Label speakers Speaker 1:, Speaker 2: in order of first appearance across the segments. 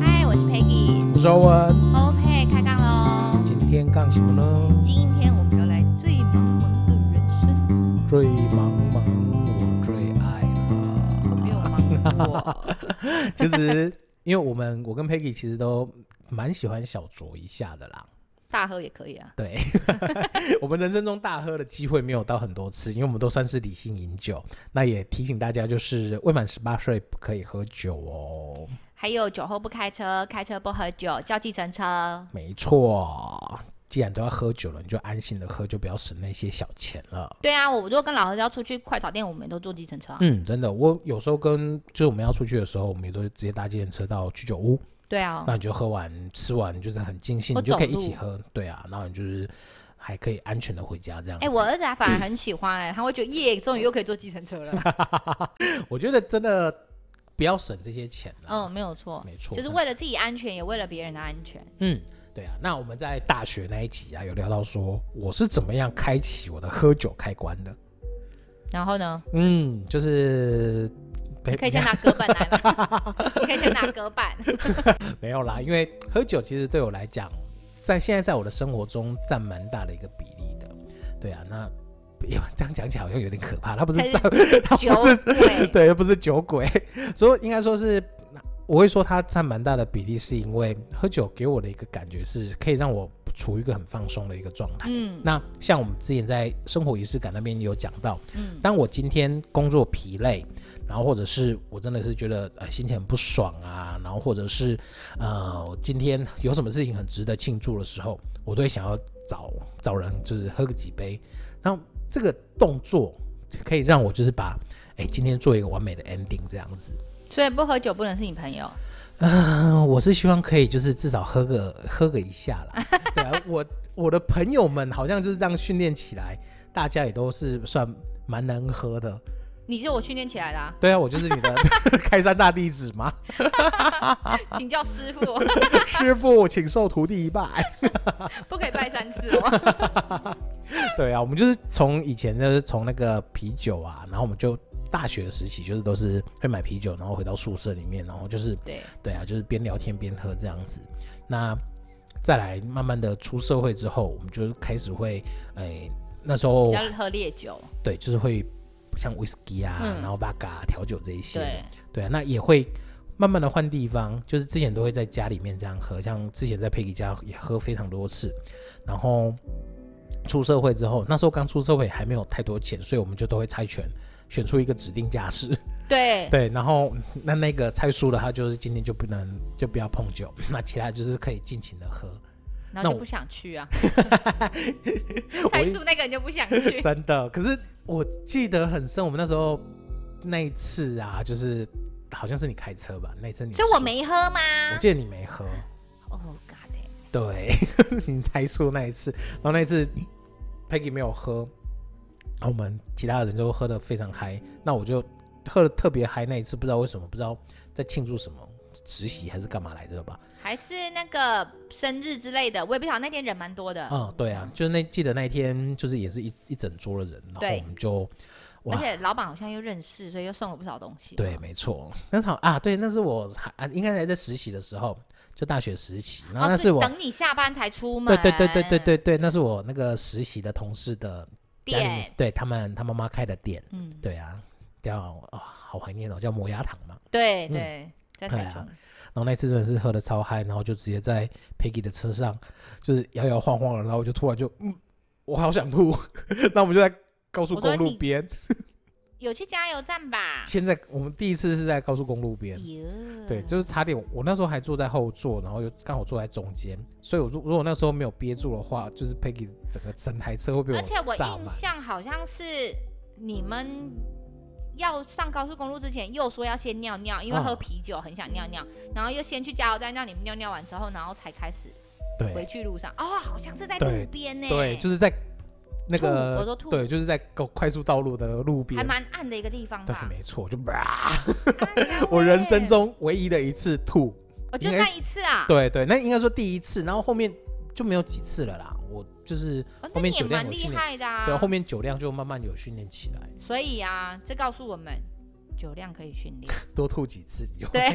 Speaker 1: 嗨，我是 Peggy，
Speaker 2: 我是欧文，
Speaker 1: 欧佩开杠喽！
Speaker 2: 啊今天干什么呢？
Speaker 1: 今天我们要来最茫茫的人生，
Speaker 2: 最忙忙我最爱了。
Speaker 1: 没有茫过，
Speaker 2: 其实，因为我们我跟 Peggy 其实都蛮喜欢小酌一下的啦。
Speaker 1: 大喝也可以啊。
Speaker 2: 对， 我们人生中大喝的机会没有到很多次，因为我们都算是理性饮酒。那也提醒大家，就是未满十八岁不可以喝酒哦。
Speaker 1: 还有酒后不开车，开车不喝酒，叫计程车。
Speaker 2: 没错，既然都要喝酒了，你就安心的喝，就不要省那些小钱了。
Speaker 1: 对啊，我如果跟老何要出去快炒店，我们也都坐计程车啊。
Speaker 2: 嗯，真的，我有时候跟就是我们要出去的时候，我们也都直接搭计程车到居酒屋，
Speaker 1: 对啊，
Speaker 2: 那你就喝完吃完，就是很尽兴，
Speaker 1: 或
Speaker 2: 你就可
Speaker 1: 走
Speaker 2: 以一
Speaker 1: 路
Speaker 2: 起喝，对啊，然后你就是还可以安全的回家这样子。
Speaker 1: 哎、我儿子还反而很喜欢哎、他会觉得耶，终于又可以坐计程车了。
Speaker 2: 我觉得真的不要省这些钱了，
Speaker 1: 嗯，没有错，
Speaker 2: 没错，
Speaker 1: 就是
Speaker 2: 真的
Speaker 1: 为了自己安全，也为了别人的安全。
Speaker 2: 嗯。对啊，那我们在大学那一集啊，有聊到说我是怎么样开启我的喝酒开关的。
Speaker 1: 然后 呢，
Speaker 2: 嗯，就是
Speaker 1: 你可以先拿隔板来吗？你可以先拿隔板。
Speaker 2: 没有
Speaker 1: 嗯
Speaker 2: 啦，因为喝酒其实对我来讲，在现在在我的生活中占蛮大的一个比例的。对啊，那哎呦，这样讲起来好像有点可怕， 他不是
Speaker 1: 他是
Speaker 2: 占，他
Speaker 1: 酒
Speaker 2: 不是
Speaker 1: 鬼，
Speaker 2: 对，又不是酒鬼， 所以应该说是，我会说他占蛮大的比例，是因为喝酒给我的一个感觉是可以让我处于一个很放松的一个状态。
Speaker 1: 嗯
Speaker 2: 那像我们之前在生活仪式感那边有讲到，
Speaker 1: 嗯，
Speaker 2: 当我今天工作疲累，然后或者是我真的是觉得呃心情很不爽啊，然后或者是呃我今天有什么事情很值得庆祝的时候，我都会想要找找人就是喝个几杯，然后这个动作可以让我就是把哎今天做一个完美的 ending 这样子。
Speaker 1: 所以不喝酒不能是你朋友。
Speaker 2: 嗯、我是希望可以就是至少喝个喝个一下啦。对啊，我我的朋友们好像就是这样训练起来，大家也都是算蛮能喝的。，
Speaker 1: 你是我训练起来的、啊
Speaker 2: 对啊，我就是你 的开山大弟子嘛，啊
Speaker 1: 请教师傅，
Speaker 2: 师傅请受徒弟一拜。
Speaker 1: 不可以拜三次哦。
Speaker 2: 对啊，我们就是从以前就是从那个啤酒啊，然后我们就大学的时期就是都是会买啤酒，然后回到宿舍里面，然后就是
Speaker 1: 对，
Speaker 2: 对啊，就是边聊天边喝这样子。那再来慢慢的出社会之后，我们就开始会，哎、那时
Speaker 1: 比
Speaker 2: 候
Speaker 1: 较喝烈酒，
Speaker 2: 对，就是会像 whisky 啊，
Speaker 1: 嗯
Speaker 2: 然后 vodka 啊调酒这一些的
Speaker 1: 对，
Speaker 2: 对啊，那也会慢慢的换地方，就是之前都会在家里面这样喝，像之前在佩奇家也喝非常多次，然后出社会之后，那时候刚出社会还没有太多钱，所以我们就都会猜拳，选出一个指定架 势，
Speaker 1: 对，
Speaker 2: 对，然后那那个猜输了，他就是今天就不能就不要碰酒，那其他就是可以尽情的喝，
Speaker 1: 然后
Speaker 2: 那我
Speaker 1: 就不想去 啊。
Speaker 2: 我
Speaker 1: 猜
Speaker 2: 一，
Speaker 1: 数那个人就不想去
Speaker 2: 真的，可是我记得很深，我们那时候那一次啊，就是好像是你开车吧，那一次你
Speaker 1: 所以我
Speaker 2: 输，
Speaker 1: 没喝吗
Speaker 2: 我记得你没喝。
Speaker 1: ？Oh God，damn
Speaker 2: 对， 你猜错那一次，然后那一次 Peggy 没有喝，然后我们其他的人都喝的非常嗨，那我就喝的特别嗨那一次，不知道为什么，不知道在庆祝什么，实习还是干嘛来着吧？
Speaker 1: 还是那个生日之类的，我也不晓得那天人蛮多的，
Speaker 2: 嗯，对啊，就是那记得那一天就是也是一一整桌的人，然后
Speaker 1: 对
Speaker 2: 我们就哇
Speaker 1: 而且老板好像又认识，所以又送了不少东西。
Speaker 2: 对，没错，那是好啊，对，那是我还啊，应该还在实习的时候，就大学实习，然
Speaker 1: 哦，
Speaker 2: 后那是我。
Speaker 1: 等你下班才出门。
Speaker 2: 对对对对对对对，那是我那个实习的同事的家里面
Speaker 1: 店，
Speaker 2: 对他们他妈妈开的店，
Speaker 1: 嗯，
Speaker 2: 对啊，叫啊、好怀念哦，叫磨牙糖嘛。
Speaker 1: 对对，在台
Speaker 2: 哎
Speaker 1: 中
Speaker 2: 呀。然后那次真的是喝的超嗨，然后就直接在 Peggy 的车上就是摇摇晃晃的，然后我就突然就嗯，我好想吐， 那我们就在高速
Speaker 1: 我说
Speaker 2: 公路
Speaker 1: 你
Speaker 2: 边，
Speaker 1: 有去加油站吧？
Speaker 2: 现在我们第一次是在高速公路边。
Speaker 1: 嗯哟
Speaker 2: 对，就是差点，我那时候还坐在后座，然后又刚好坐在中间，所以我如如果那时候没有憋住的话，就是 Peggy 整个整台车会被
Speaker 1: 而且我
Speaker 2: 炸
Speaker 1: 印
Speaker 2: 满。
Speaker 1: 象好像是你们要上高速公路之前，又说要先尿尿，因为
Speaker 2: 啊
Speaker 1: 喝啤酒很想尿尿，然后又先去加油站让你们尿尿完之后，然后才开始
Speaker 2: 对，
Speaker 1: 回去路上。哦，好像是在
Speaker 2: 对
Speaker 1: 路边呢，
Speaker 2: 对，就是在那
Speaker 1: 吐我
Speaker 2: 个
Speaker 1: 都吐
Speaker 2: 对，就是在高快速道路的路边
Speaker 1: 还，蛮暗的一个地方
Speaker 2: 对，
Speaker 1: 吧。
Speaker 2: 没错，就啊，
Speaker 1: 啊
Speaker 2: 我人生，中唯一的一次吐，
Speaker 1: 我就
Speaker 2: 应该
Speaker 1: 那
Speaker 2: 是
Speaker 1: 一次啊。
Speaker 2: 对对，那应该说第一次，然后后面就没有几次了啦。我就是
Speaker 1: 哦，
Speaker 2: 后
Speaker 1: 那
Speaker 2: 面
Speaker 1: 你也
Speaker 2: 酒
Speaker 1: 蛮
Speaker 2: 量有
Speaker 1: 厉
Speaker 2: 训练，
Speaker 1: 害的啊。
Speaker 2: 对，后面酒量就慢慢有训练起来。
Speaker 1: 所以啊，这告诉我们，酒量可以训 练。
Speaker 2: 多吐几次有。
Speaker 1: 对，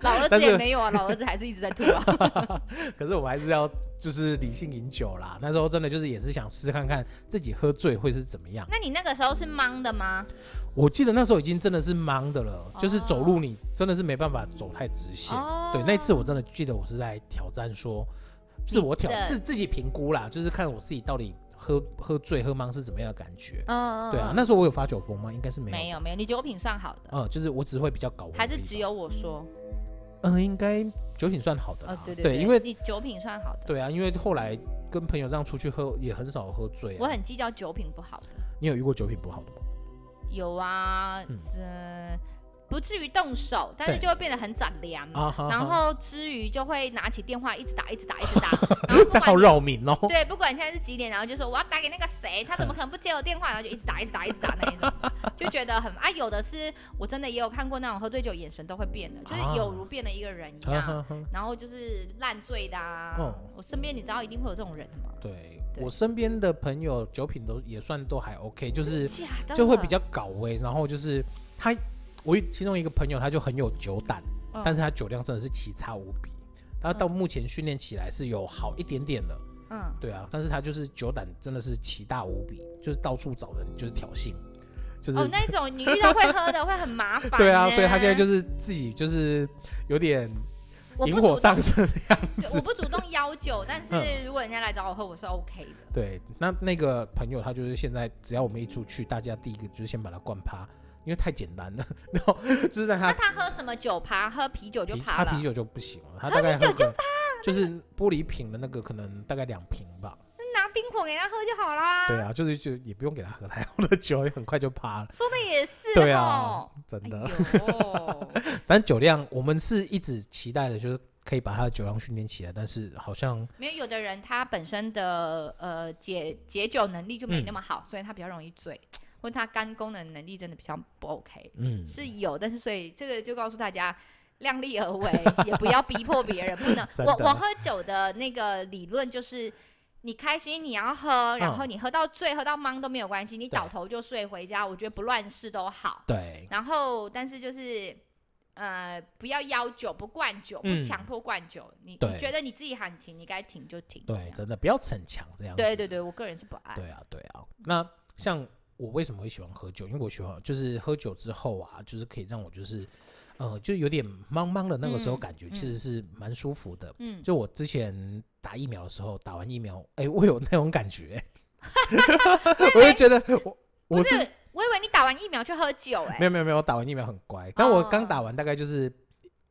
Speaker 1: 老儿
Speaker 2: 但
Speaker 1: 子也
Speaker 2: 是
Speaker 1: 没有啊，老儿子还是一直在吐啊。
Speaker 2: 可是我还是要就是理性饮酒啦。那时候真的就是也是想试看看自己喝醉会是怎么样。
Speaker 1: 那你那个时候是懵的吗？
Speaker 2: 我记得那时候已经真的是忙的了，就是走路你真的是没办法走太直线。
Speaker 1: 哦
Speaker 2: 对，那次我真的记得我是在挑战说，自我挑
Speaker 1: 你的
Speaker 2: 自自己评估啦，就是看我自己到底喝喝醉喝忙是怎么样的感觉。
Speaker 1: 嗯，嗯
Speaker 2: 对啊，
Speaker 1: 嗯
Speaker 2: 那时候我有发酒疯吗？应该是没有。
Speaker 1: 没有没有，你酒品算好的，
Speaker 2: 嗯，就是我只会比较搞，
Speaker 1: 还是只有我说？
Speaker 2: 嗯，应该酒品算好的啦。
Speaker 1: 哦，对
Speaker 2: 啊对
Speaker 1: 对，
Speaker 2: 因为
Speaker 1: 你酒品算好的，
Speaker 2: 对啊，因为后来跟朋友这样出去喝也很少喝醉、
Speaker 1: 我
Speaker 2: 啊。
Speaker 1: 很计嗯较酒品不好的。
Speaker 2: 你有遇过酒品不好的吗？
Speaker 1: 有啊，
Speaker 2: 嗯
Speaker 1: 嗯，不至于动手，但是
Speaker 2: 对
Speaker 1: 就会变得很杂粮。
Speaker 2: 啊哈
Speaker 1: 然
Speaker 2: 哈
Speaker 1: 后之余就会拿起电话一直打，一直打，一 直打。然后不
Speaker 2: 这好
Speaker 1: 管
Speaker 2: 扰民哦。
Speaker 1: 对，不管现在是几点，然后就说我要打给那个谁，他怎么可能不接我电话？然后就一直打，一直打，一直打那一 种，就觉得很啊。有的是我真的也有看过那种喝醉酒眼神都会变的，就是有如变了一个人一
Speaker 2: 啊
Speaker 1: 样。
Speaker 2: 哈哈
Speaker 1: 然后就是烂醉的啊，
Speaker 2: 哦
Speaker 1: 我身边你知道一定会有这种人的吗？
Speaker 2: 对
Speaker 1: 对
Speaker 2: 我身边的朋友酒品都也算都还 OK，就是
Speaker 1: 假的
Speaker 2: 就会比较搞味，然后就是他，我有其中一个朋友他就很有酒胆，
Speaker 1: 嗯
Speaker 2: 但是他酒量真的是奇差无比。他到目前训练起来是有好一点点了，
Speaker 1: 嗯，
Speaker 2: 对啊，但是他就是酒胆真的是奇大无比，就是到处找人就是挑衅，就是、
Speaker 1: 哦，那种你遇到会喝的会很麻烦欸呢。
Speaker 2: 对啊，所以他现在就是自己就是有点
Speaker 1: 我不
Speaker 2: 引
Speaker 1: 主
Speaker 2: 火
Speaker 1: 动
Speaker 2: 上身的样
Speaker 1: 对我
Speaker 2: 子。
Speaker 1: 不主动邀酒，但是
Speaker 2: 嗯
Speaker 1: 如果人家来找我喝，我是 OK 的。
Speaker 2: 对，那那个朋友他就是现在只要我们一出去，大家第一个就是先把他灌趴，因为太简单了， 然后就是让
Speaker 1: 那他
Speaker 2: 他
Speaker 1: 喝什么酒趴？喝啤酒就
Speaker 2: 啤
Speaker 1: 趴
Speaker 2: 他
Speaker 1: 了啊
Speaker 2: 啤。酒就不行了，他大概喝个就是玻璃瓶的那个，可能大概两瓶吧。
Speaker 1: 拿冰火给他喝就好啦。
Speaker 2: 对啊，就是就也不用给他喝太好的酒，也很快就趴了。
Speaker 1: 说的也是
Speaker 2: 对啊
Speaker 1: 哦。，
Speaker 2: 真
Speaker 1: 哎
Speaker 2: 的。
Speaker 1: 呦，
Speaker 2: 反正酒量，我们是一直期待的，就是可以把他的酒量训练起来，但是好像
Speaker 1: 没有有的人他本身的呃解解酒能力就没
Speaker 2: 嗯
Speaker 1: 那么好，所以他比较容易醉，或者他肝功能能力真的比较不 OK，
Speaker 2: 嗯，
Speaker 1: 是有，但是所以这个就告诉大家。量力而为，也不要逼迫别人。不能，
Speaker 2: 真
Speaker 1: 我
Speaker 2: 的
Speaker 1: 我喝酒的那个理论就是，你开心你要喝，然后你喝到醉、喝到懵都没有关系，你
Speaker 2: 嗯对嗯
Speaker 1: 倒头就睡回家，我觉得不乱试都好。
Speaker 2: 对，
Speaker 1: 然后，但是就是，呃，不要邀酒，不灌酒，不
Speaker 2: 嗯
Speaker 1: 强迫灌酒。你
Speaker 2: 对
Speaker 1: 你觉得你自己喊停，你该停就停。这
Speaker 2: 对，
Speaker 1: 样
Speaker 2: 真的不要逞强这样子。
Speaker 1: 啊对对对，我个人是不爱。
Speaker 2: 对啊，对啊。那像我为什么会喜欢喝酒？因为我喜欢就是喝酒之后啊，就是可以让我就是呃，就有点茫茫的那个时候
Speaker 1: 嗯
Speaker 2: 感觉，
Speaker 1: 嗯
Speaker 2: 其实是蛮舒服的。
Speaker 1: 嗯，
Speaker 2: 就我之前打疫苗的时候，打完疫苗，哎、我有那种感 觉，我就觉得我我
Speaker 1: 不
Speaker 2: 是
Speaker 1: 是，我以为你打完疫苗去喝酒哎、
Speaker 2: 没有没有没有，我打完疫苗很乖，但我
Speaker 1: 哦
Speaker 2: 刚打完大概就是。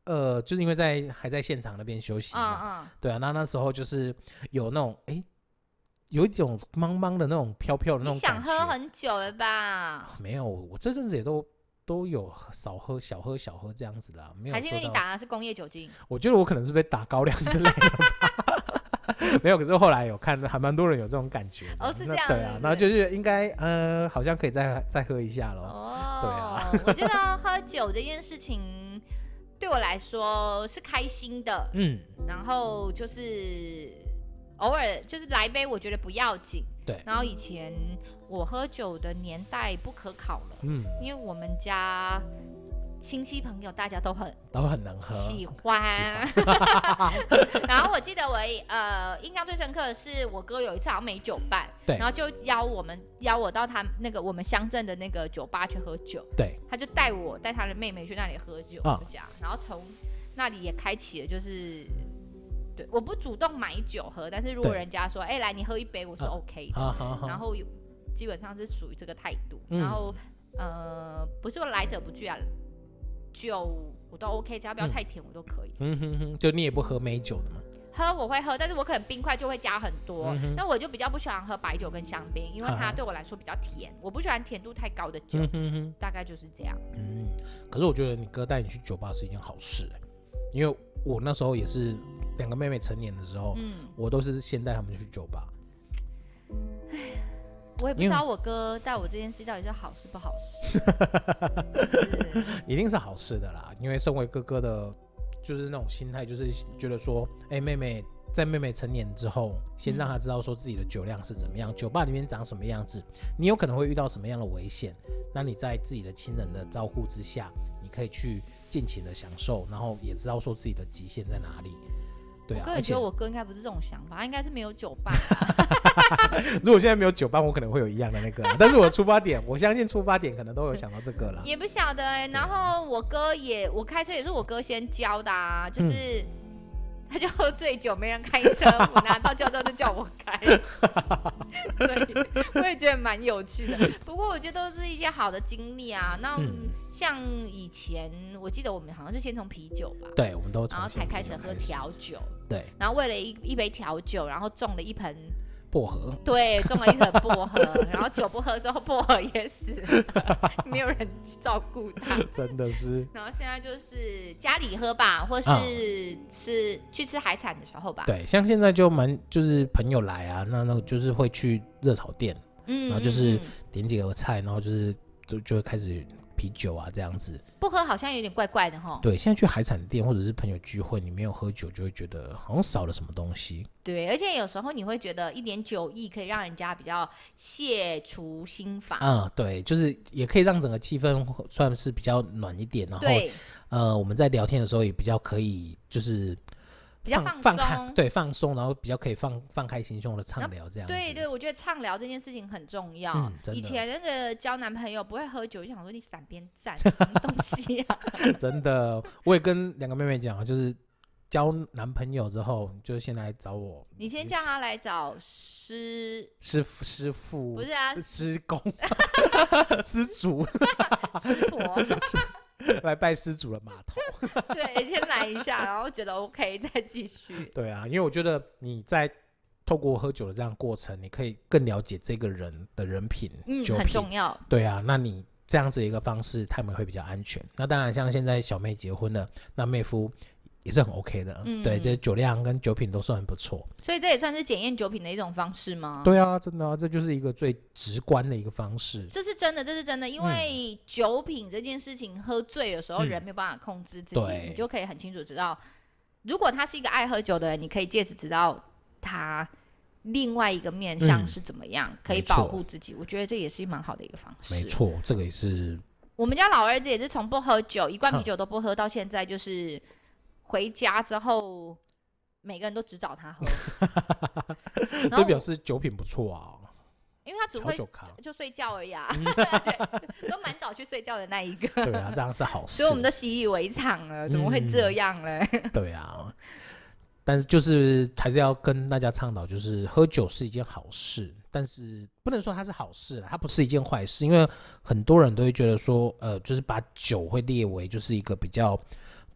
Speaker 2: 呃，就是因为在还在现场那边休息嘛，
Speaker 1: 嗯嗯，
Speaker 2: 对啊，那那时候就是有那种哎、有一种茫茫的那种飘飘的那
Speaker 1: 你
Speaker 2: 种感
Speaker 1: 想
Speaker 2: 觉。
Speaker 1: 喝很久了吧？
Speaker 2: 没有，我这阵子也都都有少喝小喝小喝这样子啦， 没有。
Speaker 1: 还是因为你？打的是工业酒精？
Speaker 2: 我觉得我可能是被打高粱之类的吧。 没有，可是后来有看，还蛮多人有这种感觉的。
Speaker 1: 哦是这
Speaker 2: 那
Speaker 1: 样
Speaker 2: 对
Speaker 1: 是
Speaker 2: 啊，
Speaker 1: 不
Speaker 2: 那
Speaker 1: 是
Speaker 2: 就是应该呃，好像可以再再喝一下喽。
Speaker 1: 哦，
Speaker 2: 对啊
Speaker 1: 我觉得喝酒这件事情对我来说是开心的，
Speaker 2: 嗯，
Speaker 1: 然后就是偶尔就是来一杯，我觉得不要紧。
Speaker 2: 对
Speaker 1: 然后以前我喝酒的年代不可考了，
Speaker 2: 嗯，
Speaker 1: 因为我们家亲戚朋友大家都很
Speaker 2: 都很能喝。
Speaker 1: 喜 欢。然后我记得我呃印象最深刻的是我哥有一次好像没酒办，
Speaker 2: 对
Speaker 1: 然后就邀我们邀我到他那个我们乡镇的那个酒吧去喝酒，
Speaker 2: 对，
Speaker 1: 他就带我带他的妹妹去那里喝酒，
Speaker 2: 啊
Speaker 1: 就这样，然后从那里也开启了就是。对，我不主动买酒喝，但是如果
Speaker 2: 对
Speaker 1: 人家说，哎、来你喝一杯，我是
Speaker 2: 啊
Speaker 1: OK 的，
Speaker 2: 好好
Speaker 1: 然
Speaker 2: 好，
Speaker 1: 后有基本上是属于这个态度，
Speaker 2: 嗯
Speaker 1: 然后呃，不是说来者不拒啊，酒我都 OK，只要不要
Speaker 2: 嗯
Speaker 1: 太甜我都可以。
Speaker 2: 嗯哼哼，就你也不喝美酒的嘛？
Speaker 1: 喝我会喝，但是我可能冰块就会加很多
Speaker 2: 嗯哼。
Speaker 1: 那、我就比较不喜欢喝白酒跟香槟，因为
Speaker 2: 啊
Speaker 1: 它
Speaker 2: 哈
Speaker 1: 对我来说比较甜，我不喜欢甜度太高的酒。
Speaker 2: 嗯哼哼。
Speaker 1: 大概就是这样。
Speaker 2: 嗯，可是我觉得你哥带你去酒吧是一件好事、欸，因为我那时候也是两个妹妹成年的时候，
Speaker 1: 嗯，
Speaker 2: 我都是先带他们去酒吧。
Speaker 1: 我也不
Speaker 2: 因为
Speaker 1: 知道我哥带我这件事到底是好事不好事。 就是
Speaker 2: 一定是好事的啦，因为身为哥哥的，就是那种心态，就是觉得说，哎、妹妹在妹妹成年之后，先让她知道说自己的酒量是怎么样，酒吧里面长什么样子，你有可能会遇到什么样的危险。那你在自己的亲人的照顾之下，你可以去尽情的享受，然后也知道说自己的极限在哪里。对
Speaker 1: 我
Speaker 2: 啊，
Speaker 1: 个
Speaker 2: 而
Speaker 1: 人觉
Speaker 2: 且
Speaker 1: 得我哥应该不是这种想法，他应该是没有酒吧。
Speaker 2: 如果现在没有酒吧，我可能会有一样的那个啊、但是我的出发点，我相信出发点可能都有想到这个啦。
Speaker 1: 也不晓得哎、然后我哥也，我开车也是我哥先教的啊，
Speaker 2: 嗯
Speaker 1: 就是、他就喝醉酒，没人开车，我拿到驾照就叫我开， 所以我也觉得蛮有趣的。不过我觉得都是一些好的经历啊。那
Speaker 2: 嗯
Speaker 1: 像以前，我记得我们好像是先从啤酒吧，
Speaker 2: 对，我们都从
Speaker 1: 然后才
Speaker 2: 现在
Speaker 1: 开始喝
Speaker 2: 始
Speaker 1: 调酒，
Speaker 2: 对
Speaker 1: 然后为了一一杯调酒，然后中了一盆
Speaker 2: 薄荷。
Speaker 1: 对，种了一盆薄荷，然后酒不喝之后，薄荷也死了， 没有人照顾它。
Speaker 2: 真的是
Speaker 1: 然后现在就是家里喝吧，或
Speaker 2: 啊
Speaker 1: 是吃、去吃海产的时候吧。
Speaker 2: 对，像现在就蛮就是朋友来啊，那那个就是会去热炒店
Speaker 1: 嗯，
Speaker 2: 然后就是
Speaker 1: 嗯
Speaker 2: 点几个菜，然后就是就就会开始啤酒啊这样子。
Speaker 1: 嗯不喝好像有点怪怪的哈。
Speaker 2: 对，现在去海产店或者是朋友聚会，你没有喝酒就会觉得好像少了什么东西。
Speaker 1: 对，而且有时候你会觉得一点酒意可以让人家比较卸除心烦。
Speaker 2: 嗯，对，就是也可以让整个气氛算是比较暖一点，然后
Speaker 1: 对，
Speaker 2: 呃我们在聊天的时候也比较可以就是
Speaker 1: 比较
Speaker 2: 放
Speaker 1: 放
Speaker 2: 开
Speaker 1: 松
Speaker 2: 对放松，然后比较可以放放开心胸的畅
Speaker 1: 然后
Speaker 2: 聊这样子。
Speaker 1: 对对，我觉得畅聊这件事情很重要。
Speaker 2: 嗯真
Speaker 1: 以
Speaker 2: 的
Speaker 1: 前那个交男朋友不会喝酒，就想说你闪边站什么东西 啊？
Speaker 2: 真的，我也跟两个妹妹讲啊，就是交男朋友之后，就是先来找我
Speaker 1: 你先叫他来找师，
Speaker 2: 师傅、师傅
Speaker 1: 不、是啊，
Speaker 2: 师公、 师祖
Speaker 1: 师 婆。
Speaker 2: 来拜师祖的码头。
Speaker 1: 对，先来一下，然后觉得 OK 再继续。
Speaker 2: 对啊，因为我觉得你在透过喝酒的这样过程，你可以更了解这个人的人品、
Speaker 1: 嗯，
Speaker 2: 酒
Speaker 1: 很
Speaker 2: 品。
Speaker 1: 重要。
Speaker 2: 对啊，那你这样子的一个方式，他们会比较安全。那当然，像现在小妹结婚了，那妹夫。也是很 OK 的，
Speaker 1: 嗯
Speaker 2: 对，这酒量跟酒品都算不错。
Speaker 1: 所以这也算是检验酒品的一种方式吗？，
Speaker 2: 对啊，真的、啊，这就是一个最直观的一个方式。
Speaker 1: 这是真的，这是真的，因为酒品这件事情，喝醉有时候
Speaker 2: 嗯
Speaker 1: 人没有办法控制自己，
Speaker 2: 对
Speaker 1: 你就可以很清楚知道，如果他是一个爱喝酒的人，你可以借此知道他。另外一个面向
Speaker 2: 嗯
Speaker 1: 是怎么样，可以
Speaker 2: 没错
Speaker 1: 保护自己？我觉得这也是蛮好的一个方式。
Speaker 2: 没，错，这个也是
Speaker 1: 我们家老儿子也是从不喝酒，一罐啤酒都不喝，到现在就是回家之后，每个人都只找他 喝。然后
Speaker 2: 这表示酒品不错啊，
Speaker 1: 因为他只
Speaker 2: 小
Speaker 1: 会
Speaker 2: 酒咖。
Speaker 1: 就睡觉而已啊， 对都蛮早去睡觉的那一个，
Speaker 2: 对啊，这样嗯 是好事
Speaker 1: 所以。我们都习以为常了，怎么会这样嘞？
Speaker 2: 对啊，但是就是还是要跟大家倡导，就是喝酒是一件好事，但是不能说它是好事啦，它不是一件坏事，因为很多人都会觉得说，呃，就是把酒会列为就是一个比较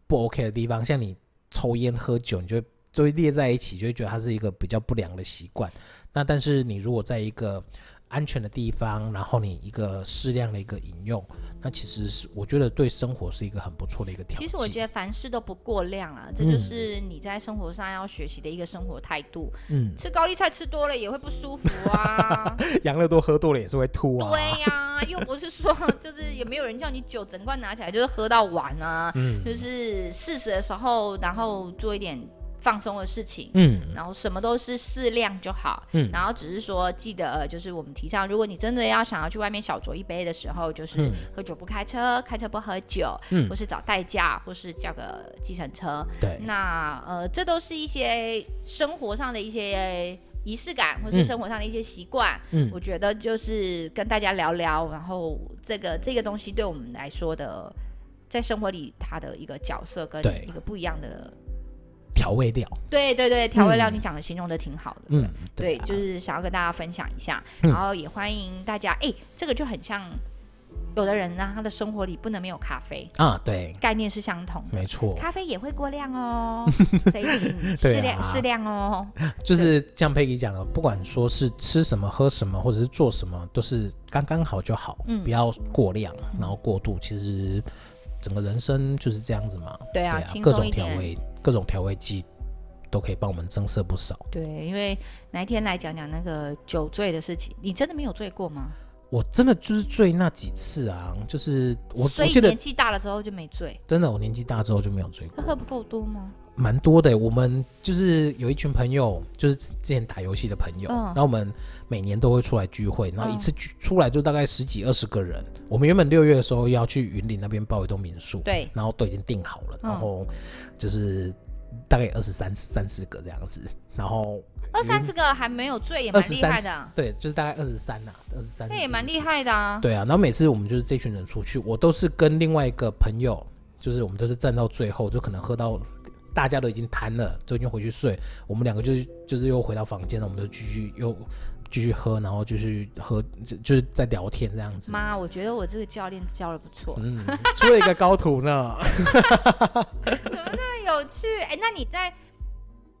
Speaker 2: 不 OK 的地方，像你抽烟喝酒，你就会就会列在一起，就会觉得它是一个比较不良的习惯。那但是你如果在一个安全的地方，然后你一个适量的一个饮用，那其实是我觉得对生活是一个很不错的一个调剂。
Speaker 1: 其实我觉得凡事都不过量啊，
Speaker 2: 嗯
Speaker 1: 这就是你在生活上要学习的一个生活态度。
Speaker 2: 嗯，
Speaker 1: 吃高丽菜吃多了也会不舒服 啊，
Speaker 2: 养乐多喝多了也是会吐啊。
Speaker 1: 对呀、又不是说就是也没有人叫你酒整罐拿起来就是喝到完啊，
Speaker 2: 嗯
Speaker 1: 就是适时的时候，然后做一点放松的事情。
Speaker 2: 嗯
Speaker 1: 然后什么都是适量就好，
Speaker 2: 嗯
Speaker 1: 然后只是说记得，呃就是我们提倡，如果你真的要想要去外面小酌一杯的时候，就是
Speaker 2: 嗯
Speaker 1: 喝酒不开车，开车不喝酒，
Speaker 2: 嗯哎
Speaker 1: 或，是找代驾，或是叫个计程车。
Speaker 2: 对，
Speaker 1: 那呃，这都是一些生活上的一些仪式感，或是
Speaker 2: 嗯
Speaker 1: 生活上的一些习惯。
Speaker 2: 嗯
Speaker 1: 我觉得就是跟大家聊聊，然后这个这个东西对我们来说的，在生活里它的一个角色跟
Speaker 2: 对
Speaker 1: 一个不一样的，
Speaker 2: 调味料，
Speaker 1: 对对对，调味料
Speaker 2: 嗯
Speaker 1: 你讲的形容的挺好的。
Speaker 2: 嗯，
Speaker 1: 对，
Speaker 2: 啊
Speaker 1: 就是想要跟大家分享一下，
Speaker 2: 嗯
Speaker 1: 然后也欢迎大家，哎、这个就很像有的人呢，他的生活里不能没有咖啡，
Speaker 2: 啊，对，
Speaker 1: 概念是相同的，
Speaker 2: 没错，
Speaker 1: 咖啡也会过量 哦，所以请
Speaker 2: 对
Speaker 1: 适量
Speaker 2: 啊
Speaker 1: 适量哦，
Speaker 2: 就是像佩奇讲的，不管说是吃什么、喝什么，或者是做什么，都是刚刚好就好，
Speaker 1: 嗯
Speaker 2: 不要过量，然后过度，其实整个人生就是这样子嘛，
Speaker 1: 对
Speaker 2: 对
Speaker 1: 啊，
Speaker 2: 啊，
Speaker 1: 轻
Speaker 2: 各
Speaker 1: 松
Speaker 2: 种
Speaker 1: 一
Speaker 2: 调
Speaker 1: 点，
Speaker 2: 味，各种调味剂都可以帮我们增色不少。
Speaker 1: 对，因为哪一天来讲讲那个酒醉的事情，你真的没有醉过吗？
Speaker 2: 我真的就是醉那几次啊，就是我
Speaker 1: 所
Speaker 2: 我
Speaker 1: 以
Speaker 2: 记得
Speaker 1: 年纪大了之后就没醉，
Speaker 2: 真的我年纪大之后就没有醉过
Speaker 1: 那，喝不够多吗？
Speaker 2: 蛮多的。我们就是有一群朋友，就是之前打游戏的朋友，
Speaker 1: 嗯
Speaker 2: 然后我们每年都会出来聚会，然后一
Speaker 1: 嗯
Speaker 2: 次聚出来就大概十几二十个人。我们原本六月的时候要去云林那边包一栋民宿，
Speaker 1: 对
Speaker 2: 然后都已经订好了，
Speaker 1: 嗯
Speaker 2: 然后就是大概二十三三四个这样子，然后
Speaker 1: 二三十个还没有醉也
Speaker 2: 嗯二
Speaker 1: 蛮
Speaker 2: 十
Speaker 1: 厉
Speaker 2: 三
Speaker 1: 害的啊，
Speaker 2: 对，就是大概二十三呐，啊二十三
Speaker 1: 那也蛮厉。
Speaker 2: 23
Speaker 1: 害的啊。
Speaker 2: 对啊，然后每次我们就是这群人出去，我都是跟另外一个朋友，就是我们都是站到最后，就可能喝到大家都已经瘫了，都已经回去睡，我们两个就是就是又回到房间了，我们就继续又继续喝，然后继续喝，就就是在聊天这样子。
Speaker 1: 妈，我觉得我这个教练教的不错，
Speaker 2: 嗯，出了一个高徒呢。
Speaker 1: 太有趣。哎，那你在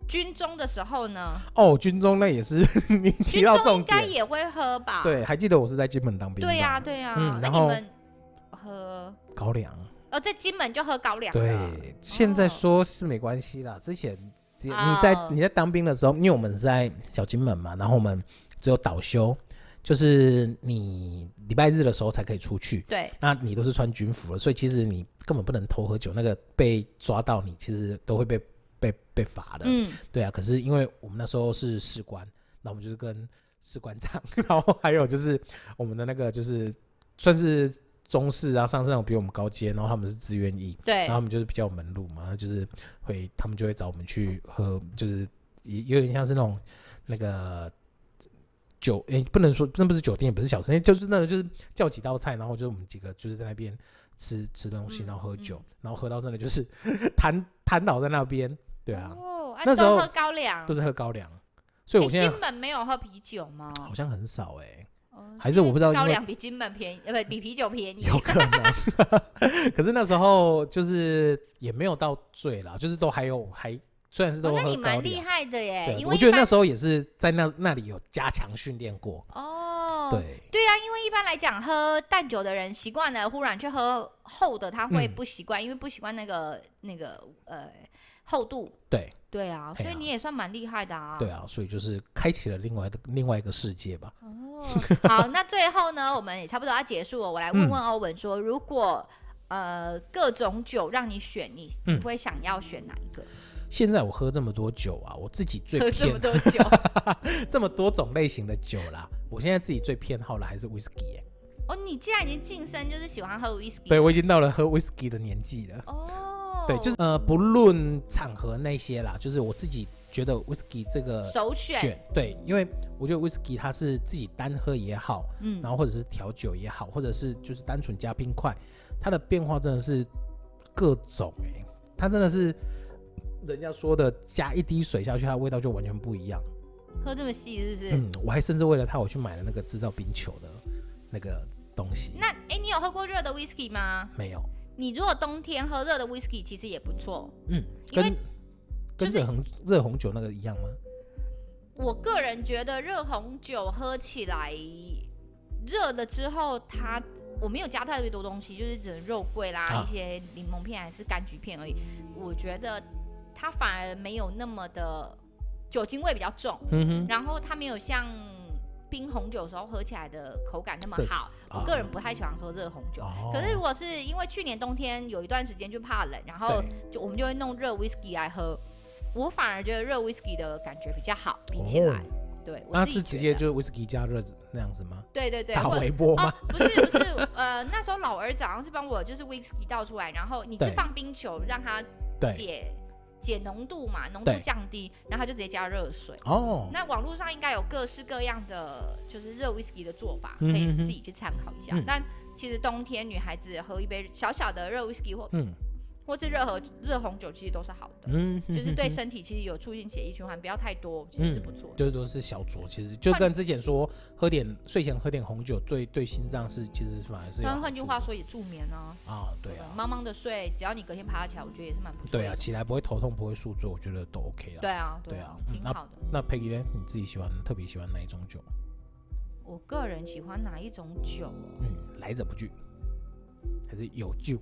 Speaker 1: 军中的时候 呢？
Speaker 2: 哦，军中那也是 你提到
Speaker 1: 军中
Speaker 2: 重
Speaker 1: 应该
Speaker 2: 点，
Speaker 1: 也会喝吧？
Speaker 2: 对，还记得我是在金门当兵的，
Speaker 1: 对呀，对呀。
Speaker 2: 嗯
Speaker 1: 那
Speaker 2: 然
Speaker 1: 你
Speaker 2: 后
Speaker 1: 们喝
Speaker 2: 高粱，
Speaker 1: 哦，在金门就喝高粱
Speaker 2: 对
Speaker 1: 了，
Speaker 2: 现在
Speaker 1: 哦
Speaker 2: 说是没关系啦，之前你
Speaker 1: 哦
Speaker 2: 在你在当兵的时候，因为我们是在小金门嘛，然后我们只有倒休，就是你礼拜日的时候才可以出去，
Speaker 1: 对，
Speaker 2: 那你都是穿军服了，所以其实你根本不能偷喝酒，那个被抓到你其实都会被被被罚的，
Speaker 1: 嗯，
Speaker 2: 对啊，可是因为我们那时候是士官，那我们就是跟士官长， 然后还有就是我们的那个就是算是中士啊，上士那种比我们高阶，然后他们是自愿役，
Speaker 1: 对
Speaker 2: 然后他们就是比较有门路嘛，就是会他们就会找我们去喝，就是也有点像是那种那个。酒诶、不能说那不是酒店，也不是小吃，就是那种就是叫几道菜，然后就我们几个就是在那边吃吃东西，
Speaker 1: 嗯
Speaker 2: 然后喝酒，
Speaker 1: 嗯
Speaker 2: 然后喝到真的就是 瘫瘫倒在那边，对啊，
Speaker 1: 哦，啊
Speaker 2: 那时候
Speaker 1: 都喝高粱，
Speaker 2: 都
Speaker 1: 是。
Speaker 2: 是喝高粱，所以我现在
Speaker 1: 金门没有喝啤酒吗？
Speaker 2: 好像很少 哎、
Speaker 1: 哦
Speaker 2: 还是我不知道因为
Speaker 1: 高粱比金门便宜，呃，不，比啤酒便宜。
Speaker 2: 有可能。 可是那时候就是也没有到醉啦，就是都还有还虽然是
Speaker 1: 哦
Speaker 2: 都喝
Speaker 1: 那你
Speaker 2: 高
Speaker 1: 蛮厉
Speaker 2: 粱，
Speaker 1: 害的耶，
Speaker 2: 对，啊
Speaker 1: 因为
Speaker 2: 我
Speaker 1: 一
Speaker 2: 觉得那
Speaker 1: 般
Speaker 2: 时候也是在那那里有加强训练过，
Speaker 1: 哦，
Speaker 2: 对，
Speaker 1: 对啊，因为一般来讲喝淡酒的人习惯了，忽然去喝厚的，他会
Speaker 2: 嗯
Speaker 1: 不习惯，因为不习惯那个那个呃厚度。
Speaker 2: 对
Speaker 1: 对啊，
Speaker 2: 嘿
Speaker 1: 所以
Speaker 2: 啊
Speaker 1: 你也算蛮厉害的啊。
Speaker 2: 对啊，所以就是开启了另外的另外一个世界吧。
Speaker 1: 哦，好，那最后呢，我们也差不多要结束了。我来问问
Speaker 2: 嗯
Speaker 1: 欧文说，如果呃各种酒让你选，你你
Speaker 2: 嗯
Speaker 1: 会想要选哪一个？
Speaker 2: 现在我喝这么多酒啊，我自己最
Speaker 1: 喝这
Speaker 2: 偏
Speaker 1: 么多酒，
Speaker 2: 这么多种类型的酒啦，我现在自己最偏好的还是 whisky 耶、
Speaker 1: 哦，你既然已经晋升，就是喜欢喝 whisky。
Speaker 2: 对我已经到了喝 whisky 的年纪了。
Speaker 1: 哦，
Speaker 2: 对，就是呃，不论场合那些啦，就是我自己觉得 whisky 这个
Speaker 1: 首选。
Speaker 2: 卷，对，因为我觉得 whisky 它是自己单喝也好，
Speaker 1: 嗯
Speaker 2: 然后或者是调酒也好，或者是就是单纯加冰块，它的变化真的是各种哎、它真的是人家说的加一滴水下去，它的味道就完全不一样。
Speaker 1: 喝这么细是不是？
Speaker 2: 嗯，我还甚至为了它，我去买了那个制造冰球的那个东西。
Speaker 1: 那哎、诶你有喝过热的 whisky 吗？
Speaker 2: 没有，
Speaker 1: 你如果冬天喝热的 whisky 其实也不错。
Speaker 2: 嗯，
Speaker 1: 因为就
Speaker 2: 跟跟
Speaker 1: 是
Speaker 2: 热红热红酒那个一样吗？
Speaker 1: 我个人觉得热红酒喝起来热了之后它，我没有加特别多东西，就是只能肉桂啦、
Speaker 2: 啊
Speaker 1: 一些柠檬片还是柑橘片而已。我觉得它反而没有那么的酒精味比较重，
Speaker 2: 嗯哼。
Speaker 1: 然后它没有像冰红酒的时候喝起来的口感那么
Speaker 2: 涩
Speaker 1: 好。
Speaker 2: 涩
Speaker 1: 我
Speaker 2: 啊
Speaker 1: 个人不太喜欢喝热红酒。
Speaker 2: 哦
Speaker 1: 可是如果是因为去年冬天有一段时间就怕冷，然后
Speaker 2: 对
Speaker 1: 就我们就会弄热 whisky 来喝，我反而觉得热 whisky 的感觉比较好，比起来，
Speaker 2: 哦
Speaker 1: 对，我
Speaker 2: 那
Speaker 1: 自己
Speaker 2: 是
Speaker 1: 觉
Speaker 2: 直接
Speaker 1: 得
Speaker 2: 就是 whisky 加热那样子吗？
Speaker 1: 对对对，
Speaker 2: 打
Speaker 1: 或
Speaker 2: 微波
Speaker 1: 哦
Speaker 2: 吗？，
Speaker 1: 不是不是，呃，那时候老儿子好像是帮我就是 whisky 倒出来，然后你去
Speaker 2: 对
Speaker 1: 放冰球让它
Speaker 2: 对，
Speaker 1: 解解浓度嘛，浓度
Speaker 2: 对
Speaker 1: 降低，然后他就直接加热水。
Speaker 2: 哦，
Speaker 1: 那网络上应该有各式各样的就是热 whisky 的做法，可
Speaker 2: 嗯
Speaker 1: 以
Speaker 2: 哼哼
Speaker 1: 自己去参考一下。
Speaker 2: 嗯
Speaker 1: 但其实冬天女孩子喝一杯小小的热 whisky 或
Speaker 2: 嗯
Speaker 1: 或是热和热红酒，其实都是好的，
Speaker 2: 嗯，
Speaker 1: 就是对
Speaker 2: 嗯，
Speaker 1: 身体其实有促进血液循环，不要太多，其实是不错的。
Speaker 2: 就是都是小酌，其实就跟之前说喝点睡前喝点红酒，对对心脏是其实反而是有
Speaker 1: 那
Speaker 2: 好
Speaker 1: 换句
Speaker 2: 处
Speaker 1: 话说，也助眠啊，
Speaker 2: 啊，对
Speaker 1: 吧
Speaker 2: 啊，
Speaker 1: 茫茫的睡，只要你隔天爬得起来，我觉得也是蛮不错的。
Speaker 2: 对啊，起来不会头痛，不会宿醉，我觉得都 OK
Speaker 1: 对
Speaker 2: 啦。
Speaker 1: 啊，对
Speaker 2: 对
Speaker 1: 啊
Speaker 2: 啊，
Speaker 1: 挺
Speaker 2: 那
Speaker 1: 好的。
Speaker 2: 那 Peggy 呢？你自己喜欢特别喜欢哪一种酒？
Speaker 1: 我个人喜欢哪一种酒哦？
Speaker 2: 嗯，来者不拒，还是有救？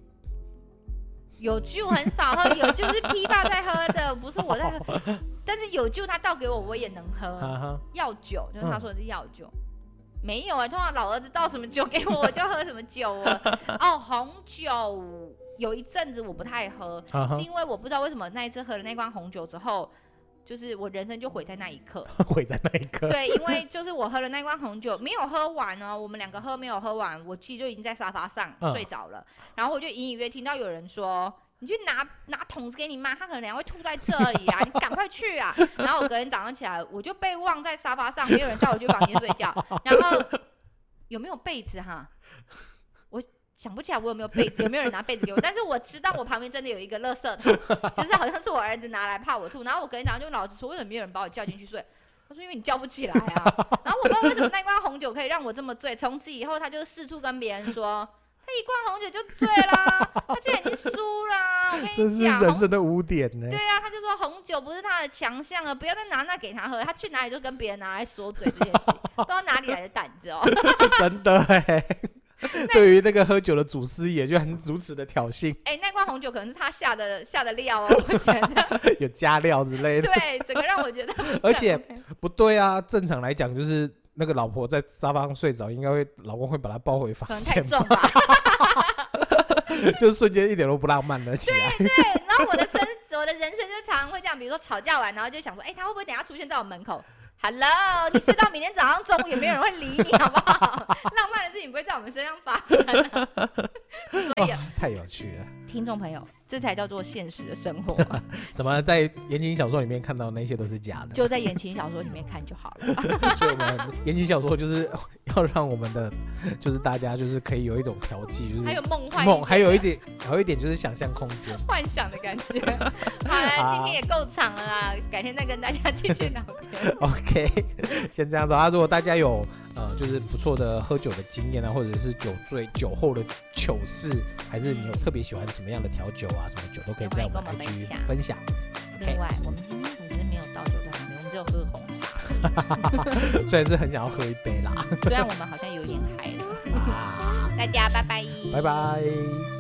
Speaker 1: 有酒很少喝，有酒是 P 爸在喝的，不是我在 喝。但是有酒他倒给我，我也能喝。
Speaker 2: 哈哈，嗯
Speaker 1: 药酒，就是他说的是药酒。没有哎、通常老儿子倒什么酒给 我，我就喝什么酒哦。哦，红酒有一阵子我不太喝，
Speaker 2: 啊哈
Speaker 1: 是，因为我不知道为什么那一次喝了那罐红酒之后，就是我人生就毁在那一刻。
Speaker 2: 毁在那一 刻。
Speaker 1: 对，因为就是我喝了那罐红酒，没有喝完哦，我们两个喝没有喝完，我其实就已经在沙发上
Speaker 2: 嗯
Speaker 1: 睡着了，然后我就隐隐约听到有人说。你去拿拿桶子给你妈，她可能等下会吐在这里啊！你赶快去啊！然后我隔天早上起来，我就被忘在沙发上，没有人叫我去房间睡觉。然后有没有被子哈？我想不起来我有没有被子，有没有人拿被子给我？但是我知道我旁边真的有一个垃圾桶，就是好像是我儿子拿来怕我吐。然后我隔天早上就跟老子说，为什么没有人把我叫进去睡？他说因为你叫不起来啊。然后我不知道为什么那一罐红酒可以让我这么醉，从此以后他就四处跟别人说。他一罐红酒就醉啦，他现在已经输啦。我跟
Speaker 2: 这
Speaker 1: 你
Speaker 2: 是
Speaker 1: 讲，
Speaker 2: 人
Speaker 1: 红
Speaker 2: 生的污点呢、
Speaker 1: 对啊，他就说红酒不是他的强项啊，不要再拿那给他喝，他去哪里就跟别人拿来说嘴这件事，不知道哪里来的胆子哦。
Speaker 2: 真的哎、 对于那个喝酒的祖师爷，居然如此的挑衅，
Speaker 1: 哎、那罐红酒可能是他下的下的料哦，我觉得
Speaker 2: 有加料之类的。
Speaker 1: 对，整个让我觉得不是很 OK，
Speaker 2: 而且不对啊，正常来讲就是那个老婆在沙发上睡着，应该会老公会把她抱回
Speaker 1: 可
Speaker 2: 房
Speaker 1: 能太
Speaker 2: 间，
Speaker 1: 重吧。
Speaker 2: 就瞬间一点都不浪漫了起来。
Speaker 1: 对，然后我的生我的人生就常常会这样，比如说吵架完，然后就想说，哎、他会不会等一下出现在我门口？Hello，你睡到明天早上中午也没有人会理你，好不好？ 浪漫的事情不会在我们身上发生、啊。 所以啊，
Speaker 2: 太有趣了！
Speaker 1: 听众朋友，这才叫做现实的生活嘛，
Speaker 2: 什么在言情小说里面看到的那些都是假的，
Speaker 1: 就在言情小说里面看就好了。
Speaker 2: 所以我们言情小说就是 要让我们的，就是大家就是可以有一种调剂，就是
Speaker 1: 还有梦幻一
Speaker 2: 梦，
Speaker 1: 点
Speaker 2: 还有一点，还有一点就是想象空间。
Speaker 1: 幻想的感觉。好了，今
Speaker 2: 好
Speaker 1: 天也够长了啦，改天再跟大家继续聊天。
Speaker 2: OK，先这样子啊。如果大家有呃，就是不错的喝酒的经验啊，或者是酒醉、酒后的糗事，还是你有特别喜欢什么样的调酒啊，什么酒都可以在我们
Speaker 1: 欢迎跟我们
Speaker 2: IG
Speaker 1: 分享
Speaker 2: 分享。
Speaker 1: 另外，我们今天其实没有倒酒在旁边，我们只有喝红茶，
Speaker 2: 虽然是很想要喝一杯啦，
Speaker 1: 虽然我们好像有点嗨了。
Speaker 2: 啊，
Speaker 1: 大家拜拜，
Speaker 2: 拜拜。